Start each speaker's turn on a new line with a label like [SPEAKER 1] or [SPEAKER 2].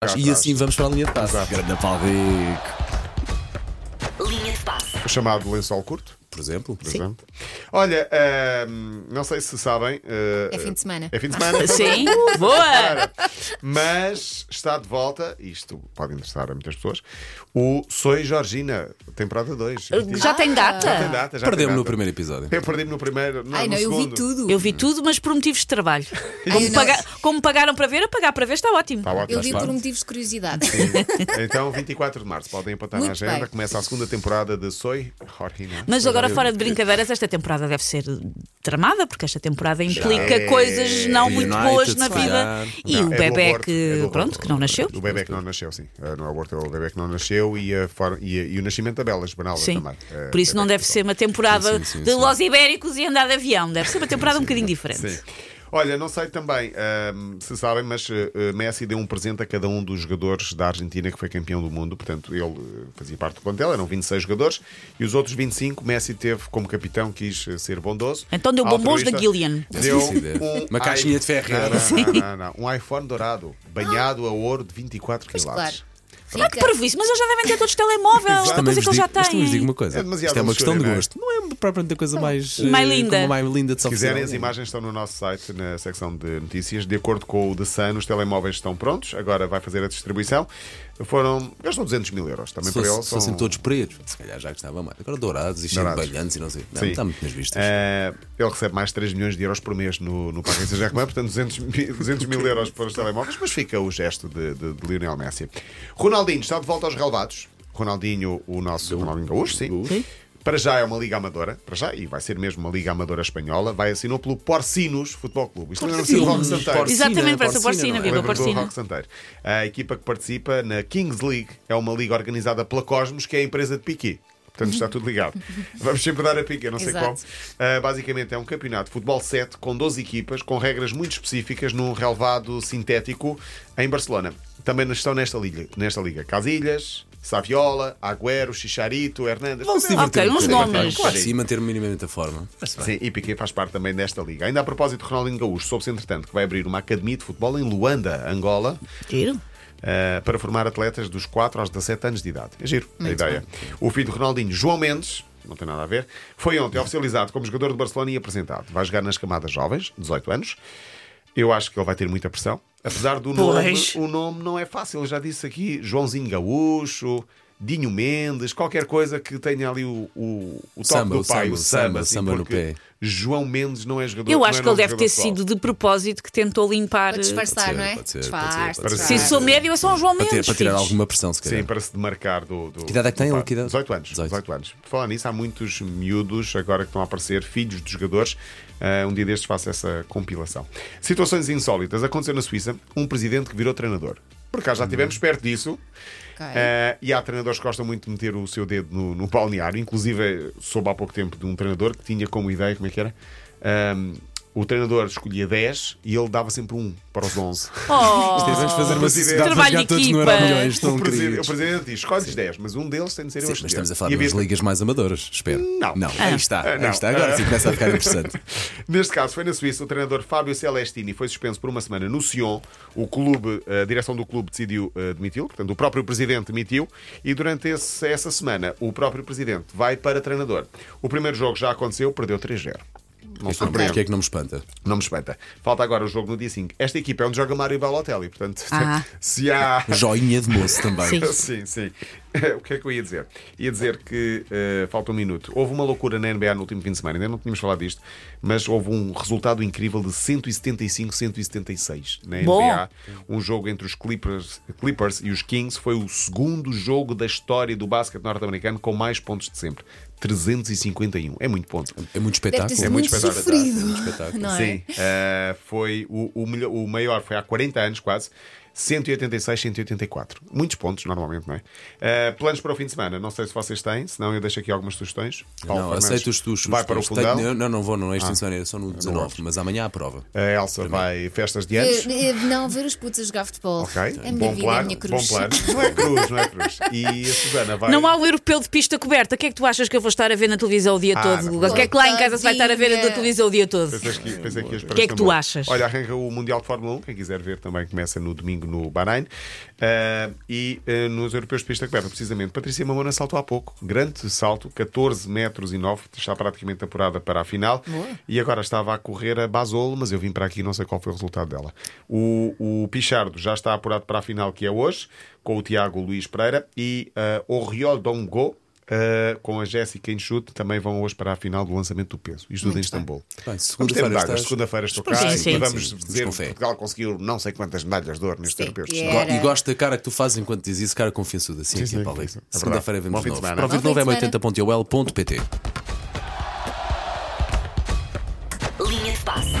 [SPEAKER 1] trás. E assim vamos para a linha de passe. Grande Paulo Rico.
[SPEAKER 2] Linha de passe.
[SPEAKER 3] O chamado lençol curto,
[SPEAKER 1] Por exemplo. por
[SPEAKER 3] por
[SPEAKER 1] exemplo.
[SPEAKER 3] exemplo. Olha, ahm, não sei se sabem. ah,
[SPEAKER 4] É fim de semana.
[SPEAKER 3] É fim de semana.
[SPEAKER 5] Sim, boa!
[SPEAKER 3] Para. Mas está de volta, e isto pode interessar a muitas pessoas, o Soy Georgina, temporada 2.
[SPEAKER 5] Já tem
[SPEAKER 3] Já tem
[SPEAKER 5] data?
[SPEAKER 3] data, já tem
[SPEAKER 1] Perdemos no
[SPEAKER 3] data.
[SPEAKER 1] primeiro episódio.
[SPEAKER 3] Eu perdi-me no primeiro. Não,
[SPEAKER 4] Ai,
[SPEAKER 3] no
[SPEAKER 4] não, eu vi
[SPEAKER 3] segundo.
[SPEAKER 4] tudo.
[SPEAKER 5] Eu vi tudo, mas por motivos de trabalho.
[SPEAKER 4] Ai,
[SPEAKER 5] Como,
[SPEAKER 4] não.
[SPEAKER 5] paga- como pagaram para ver, a pagar para ver está ótimo.
[SPEAKER 3] Está ótimo.
[SPEAKER 4] Eu vi
[SPEAKER 1] Faz
[SPEAKER 4] por
[SPEAKER 1] parte.
[SPEAKER 4] motivos de curiosidade.
[SPEAKER 3] Então, 24 de março, podem apontar na
[SPEAKER 4] Muito
[SPEAKER 3] agenda.
[SPEAKER 4] bem.
[SPEAKER 3] Começa a segunda temporada de Soy Georgina.
[SPEAKER 5] Mas agora, fora de brincadeiras, esta temporada deve ser tramada, porque esta temporada implica
[SPEAKER 3] É.
[SPEAKER 5] coisas não muito
[SPEAKER 1] United,
[SPEAKER 5] boas na
[SPEAKER 1] se
[SPEAKER 5] vida.
[SPEAKER 1] calhar.
[SPEAKER 5] E
[SPEAKER 3] Não,
[SPEAKER 5] o
[SPEAKER 3] é do
[SPEAKER 5] bebê
[SPEAKER 3] aborto, é do
[SPEAKER 5] que,
[SPEAKER 3] aborto.
[SPEAKER 5] pronto, que não nasceu.
[SPEAKER 3] O bebê que não nasceu, sim. Ah, Não é o aborto, é o bebê que não nasceu e, a for- e, a- e o nascimento da Belas Banala
[SPEAKER 5] Sim.
[SPEAKER 3] também. Ah,
[SPEAKER 5] Por isso não
[SPEAKER 3] bebé
[SPEAKER 5] deve ser uma temporada
[SPEAKER 1] Sim, sim, sim,
[SPEAKER 5] de
[SPEAKER 1] sim.
[SPEAKER 5] Los Ibéricos e andar de avião. Deve ser uma temporada um bocadinho diferente.
[SPEAKER 3] Sim. Olha, não sei também ahm, se sabem, mas eh, Messi deu um presente a cada um dos jogadores da Argentina que foi campeão do mundo. Portanto, ele eh, fazia parte do plantel, eram 26 jogadores, e os outros 25, Messi teve como capitão, quis eh, ser bondoso.
[SPEAKER 5] Então deu bombons
[SPEAKER 3] altruísta.
[SPEAKER 5] da Gillian.
[SPEAKER 3] Deu
[SPEAKER 1] Sim, sim, deu.
[SPEAKER 3] um
[SPEAKER 1] Uma caixinha de ferro.
[SPEAKER 3] Não, não, não, não, não. Um iPhone dourado, banhado a ouro de 24
[SPEAKER 4] Pois
[SPEAKER 3] quilates.
[SPEAKER 4] claro.
[SPEAKER 5] Ah, que parvo isso, mas eles já devem ter todos telemóveis,
[SPEAKER 1] Ah, Mas
[SPEAKER 5] é uma coisa
[SPEAKER 1] vos
[SPEAKER 5] que eles já
[SPEAKER 1] digo- mas também vos digo
[SPEAKER 5] têm.
[SPEAKER 1] uma coisa.
[SPEAKER 3] É demasiado
[SPEAKER 1] Isto é uma questão de
[SPEAKER 3] luxúria,
[SPEAKER 1] gosto. Não é propriamente a coisa mais. eh,
[SPEAKER 5] Mais linda.
[SPEAKER 1] como mais linda de
[SPEAKER 3] Se quiserem, assim as
[SPEAKER 1] oficial.
[SPEAKER 3] imagens estão no nosso site, na secção de notícias. De acordo com o The Sun, os telemóveis estão prontos, agora vai fazer a distribuição. Foram. Gastam 200 mil euros também
[SPEAKER 1] Se
[SPEAKER 3] para
[SPEAKER 1] fosse-
[SPEAKER 3] eles.
[SPEAKER 1] se
[SPEAKER 3] são-
[SPEAKER 1] fossem todos pretos, se calhar já gostava mais. Agora dourados e cheios de
[SPEAKER 3] Dourados.
[SPEAKER 1] banhantes e não sei. Não,
[SPEAKER 3] Sim.
[SPEAKER 1] está muito nas vistas.
[SPEAKER 3] Eh, ele recebe mais 3 milhões de euros por mês no, no Paris Saint-Germain, portanto 200 mil, 200 mil euros para os telemóveis, mas fica o gesto de, de- de Lionel Messi. Ronaldinho está de volta aos relevados. Ronaldinho, o nosso Ronaldinho Gaúcho, sim.
[SPEAKER 5] Sim.
[SPEAKER 3] Para já é uma liga amadora, para já, e vai ser mesmo uma liga amadora espanhola. Vai assinou pelo Porcinos Futebol Clube. Isto é um lembra-se do Rock
[SPEAKER 1] Porcinos,
[SPEAKER 3] Santeiro.
[SPEAKER 1] Porcinos.
[SPEAKER 5] Exatamente,
[SPEAKER 1] Porcina,
[SPEAKER 5] parece o
[SPEAKER 1] porcina,
[SPEAKER 5] porcina,
[SPEAKER 1] um não é?
[SPEAKER 5] viva
[SPEAKER 3] Lembra do
[SPEAKER 5] porcina.
[SPEAKER 3] Rock Santeiro. A equipa que participa na Kings League é uma liga organizada pela Cosmos, que é a empresa de Piqui. Portanto, está tudo ligado. Vamos sempre dar a pica, eu não sei
[SPEAKER 4] Exato.
[SPEAKER 3] qual. Ah, basicamente, é um campeonato de futebol 7 com 12 equipas, com regras muito específicas num relevado sintético em Barcelona. Também estão nesta liga, nesta liga. Casilhas, Saviola, Agüero, Chicharito, Hernandes.
[SPEAKER 1] Vão se
[SPEAKER 3] Também é uma-
[SPEAKER 1] divertir.
[SPEAKER 5] Ok, uns
[SPEAKER 3] Sim,
[SPEAKER 5] nomes.
[SPEAKER 3] claro.
[SPEAKER 1] Claro, sim, manter minimamente a forma. Parece bem.
[SPEAKER 3] Sim, e Piquet faz parte também desta liga. Ainda a propósito, Ronaldinho Gaúcho soube-se, entretanto, que vai abrir uma academia de futebol em Luanda, Angola.
[SPEAKER 5] Giro.
[SPEAKER 3] Uh, para formar atletas dos 4 aos 17 anos de idade. É giro, a ideia. O filho de Ronaldinho, João Mendes, não tem nada a ver, foi ontem oficializado como jogador de Barcelona e apresentado. Vai jogar nas camadas jovens, 18 anos. Eu acho que ele vai ter muita pressão. Apesar do nome,
[SPEAKER 5] Pois.
[SPEAKER 3] o nome não é fácil. Eu já disse aqui Joãozinho Gaúcho, Dinho Mendes, qualquer coisa que tenha ali o, o, o toque
[SPEAKER 1] Samba,
[SPEAKER 3] do
[SPEAKER 1] o
[SPEAKER 3] pai,
[SPEAKER 1] samba,
[SPEAKER 3] o
[SPEAKER 1] o
[SPEAKER 3] samba,
[SPEAKER 1] samba,
[SPEAKER 3] assim,
[SPEAKER 1] samba no
[SPEAKER 3] porque
[SPEAKER 1] pé.
[SPEAKER 3] João Mendes não é jogador
[SPEAKER 5] Eu
[SPEAKER 3] não é
[SPEAKER 5] acho que
[SPEAKER 3] nome
[SPEAKER 5] ele
[SPEAKER 3] de
[SPEAKER 5] deve ter
[SPEAKER 3] jogador de
[SPEAKER 5] sido
[SPEAKER 3] futebol.
[SPEAKER 5] de propósito que tentou limpar.
[SPEAKER 4] Para disfarçar,
[SPEAKER 1] Pode ser,
[SPEAKER 4] não é?
[SPEAKER 1] pode ser, pode ser,
[SPEAKER 4] Disfarce,
[SPEAKER 1] pode ser.
[SPEAKER 3] Sim,
[SPEAKER 4] disfarce.
[SPEAKER 5] Se sou médio, é São João
[SPEAKER 1] Para, ter,
[SPEAKER 5] Mendes.
[SPEAKER 1] para tirar
[SPEAKER 5] filhos.
[SPEAKER 1] alguma pressão, se calhar.
[SPEAKER 3] Sim, para se demarcar do. do
[SPEAKER 1] Que idade é que tem
[SPEAKER 3] do
[SPEAKER 1] ele?
[SPEAKER 3] pai.
[SPEAKER 1] Que idade?
[SPEAKER 3] 18 anos.
[SPEAKER 1] 18.
[SPEAKER 3] 18 anos. Por falar nisso, há muitos miúdos agora que estão a aparecer, filhos de jogadores. Ah, um dia destes faço essa compilação. Situações insólitas. Aconteceu na Suíça um presidente que virou treinador. Por acaso já
[SPEAKER 1] Uhum.
[SPEAKER 3] estivemos perto disso.
[SPEAKER 4] Ok.
[SPEAKER 3] Ah, e há treinadores que gostam muito de meter o seu dedo no, no balneário. Inclusive, soube há pouco tempo de um treinador que tinha como ideia, como é que era? Ahm, o treinador escolhia 10 e ele dava sempre um para os 11.
[SPEAKER 5] Oh,
[SPEAKER 1] Devemos é, fazer uma
[SPEAKER 3] Presidente.
[SPEAKER 1] sociedade para
[SPEAKER 5] Trabalho
[SPEAKER 1] jogar
[SPEAKER 5] de
[SPEAKER 1] todos no
[SPEAKER 5] equipa.
[SPEAKER 1] Euromilhões.
[SPEAKER 3] O
[SPEAKER 1] Estão
[SPEAKER 3] presidente, o
[SPEAKER 1] queridos.
[SPEAKER 3] presidente diz: escolhes 10, mas um deles tem de ser eu
[SPEAKER 1] Sim,
[SPEAKER 3] a
[SPEAKER 1] mas
[SPEAKER 3] escolher.
[SPEAKER 1] estamos a falar
[SPEAKER 3] E
[SPEAKER 1] de
[SPEAKER 3] havia-
[SPEAKER 1] umas ligas mais amadoras, espero.
[SPEAKER 3] Não.
[SPEAKER 1] Não,
[SPEAKER 5] Ah.
[SPEAKER 1] aí está.
[SPEAKER 3] Ah, não.
[SPEAKER 1] Aí está. Agora
[SPEAKER 3] Ah.
[SPEAKER 1] sim começa a ficar interessante.
[SPEAKER 3] Neste caso, foi na Suíça. O treinador Fábio Celestini foi suspenso por uma semana no Sion. O clube, a direção do clube decidiu eh, demiti-lo. Portanto, o próprio presidente demitiu. E durante esse- essa semana, o próprio presidente vai para treinador. O primeiro jogo já aconteceu, perdeu 3-0.
[SPEAKER 1] Compreendo. O
[SPEAKER 3] Não
[SPEAKER 1] que
[SPEAKER 3] surpreende.
[SPEAKER 1] é que não me espanta?
[SPEAKER 3] Não me espanta. Falta agora o jogo no dia 5. Esta equipa é onde joga Mário Balotelli. Portanto,
[SPEAKER 5] Ah.
[SPEAKER 3] se há...
[SPEAKER 1] Joinha de moço também.
[SPEAKER 5] Sim.
[SPEAKER 3] Sim, sim. O que é que eu ia dizer? Ia dizer que eh, falta um minuto. Houve uma loucura na NBA no último fim de semana, ainda não tínhamos falado disto, mas houve um resultado incrível de 175-176 na NBA.
[SPEAKER 5] Bom.
[SPEAKER 3] Um jogo entre os Clippers, Clippers e os Kings foi o segundo jogo da história do basquete norte-americano com mais pontos de sempre. 351. É muito ponto.
[SPEAKER 1] É muito
[SPEAKER 4] Deve ter
[SPEAKER 1] espetáculo.
[SPEAKER 4] sido
[SPEAKER 1] É muito
[SPEAKER 4] muito
[SPEAKER 3] espetáculo.
[SPEAKER 4] sofrido.
[SPEAKER 1] espetáculo.
[SPEAKER 4] Não é?
[SPEAKER 3] Sim, eh, foi o, o, melhor- o maior foi há 40 anos quase. 186, 184. Muitos pontos, normalmente, não é? Eh, planos para o fim de semana. Não sei se vocês têm, senão eu deixo aqui algumas sugestões. Paulo
[SPEAKER 1] Não,
[SPEAKER 3] Fernandes
[SPEAKER 1] aceito os tuas
[SPEAKER 3] Vai para o
[SPEAKER 1] sugestões.
[SPEAKER 3] fundão. Ah.
[SPEAKER 1] Tenho- Não, não vou, não é este fim de semana, é só no 19, mas amanhã há prova.
[SPEAKER 3] A Eh, Elsa vai a festas de anos.
[SPEAKER 4] Eh, eh, Não, ver os putos a jogar futebol.
[SPEAKER 3] Ok,
[SPEAKER 4] É a minha
[SPEAKER 3] bom
[SPEAKER 4] vida, é a
[SPEAKER 3] plano.
[SPEAKER 4] minha
[SPEAKER 3] Bom
[SPEAKER 4] cruz.
[SPEAKER 3] plano. Não é cruz, não é cruz. E a Susana vai.
[SPEAKER 5] Não há o europeu de pista coberta. O que é que tu achas que eu vou estar a ver na televisão o dia
[SPEAKER 3] Ah,
[SPEAKER 5] todo?
[SPEAKER 3] não.
[SPEAKER 5] O que é que lá em casa se vai estar a ver na
[SPEAKER 4] Coitadinha.
[SPEAKER 5] televisão o dia todo?
[SPEAKER 3] Pensas que, pensas que as
[SPEAKER 5] que é que tu
[SPEAKER 3] parecem bom.
[SPEAKER 5] achas?
[SPEAKER 3] um, Olha, arranca o Mundial de Fórmula 1. Quem quiser ver também começa no domingo no Bahrein. Ah, e ah, nos europeus de pista coberta, precisamente, Patrícia Mamona saltou há pouco. Grande salto, 14 metros e 9, está praticamente apurada para a final. E agora estava a correr a Basolo, mas eu vim para aqui e não sei qual foi o resultado dela. O, o Pichardo já está apurado para a final, que é hoje, com o Tiago Luís Pereira e ah, o Riol Dongo. ah, com a Jéssica Enxute também vão hoje para a final do lançamento do peso. Isto tudo em Istambul.
[SPEAKER 1] Bem,
[SPEAKER 3] Vamos ter
[SPEAKER 1] segunda-feira
[SPEAKER 3] medalhas.
[SPEAKER 1] estás-
[SPEAKER 3] Segunda-feira estou
[SPEAKER 5] Sim,
[SPEAKER 3] cá
[SPEAKER 5] sim.
[SPEAKER 3] e vamos
[SPEAKER 1] Sim, sim.
[SPEAKER 3] dizer
[SPEAKER 1] Com
[SPEAKER 3] que
[SPEAKER 1] fé.
[SPEAKER 3] Portugal conseguiu não sei quantas medalhas de ouro nestes
[SPEAKER 4] Sim,
[SPEAKER 3] europeus.
[SPEAKER 4] yeah.
[SPEAKER 1] Go-
[SPEAKER 4] Era.
[SPEAKER 1] E gosto da cara que tu fazes enquanto dizes isso, cara confiançuda. Sim,
[SPEAKER 3] sim,
[SPEAKER 1] aqui, Paulo.
[SPEAKER 3] sim, sim. É
[SPEAKER 1] Segunda-feira
[SPEAKER 3] verdade.
[SPEAKER 1] vemos
[SPEAKER 3] Bom fim
[SPEAKER 1] de
[SPEAKER 3] de
[SPEAKER 1] novo.
[SPEAKER 3] semana.
[SPEAKER 1] Para ouvir de
[SPEAKER 4] Bom
[SPEAKER 1] novo é
[SPEAKER 4] fim de
[SPEAKER 1] 80.ol.pt.
[SPEAKER 2] Linha de passe.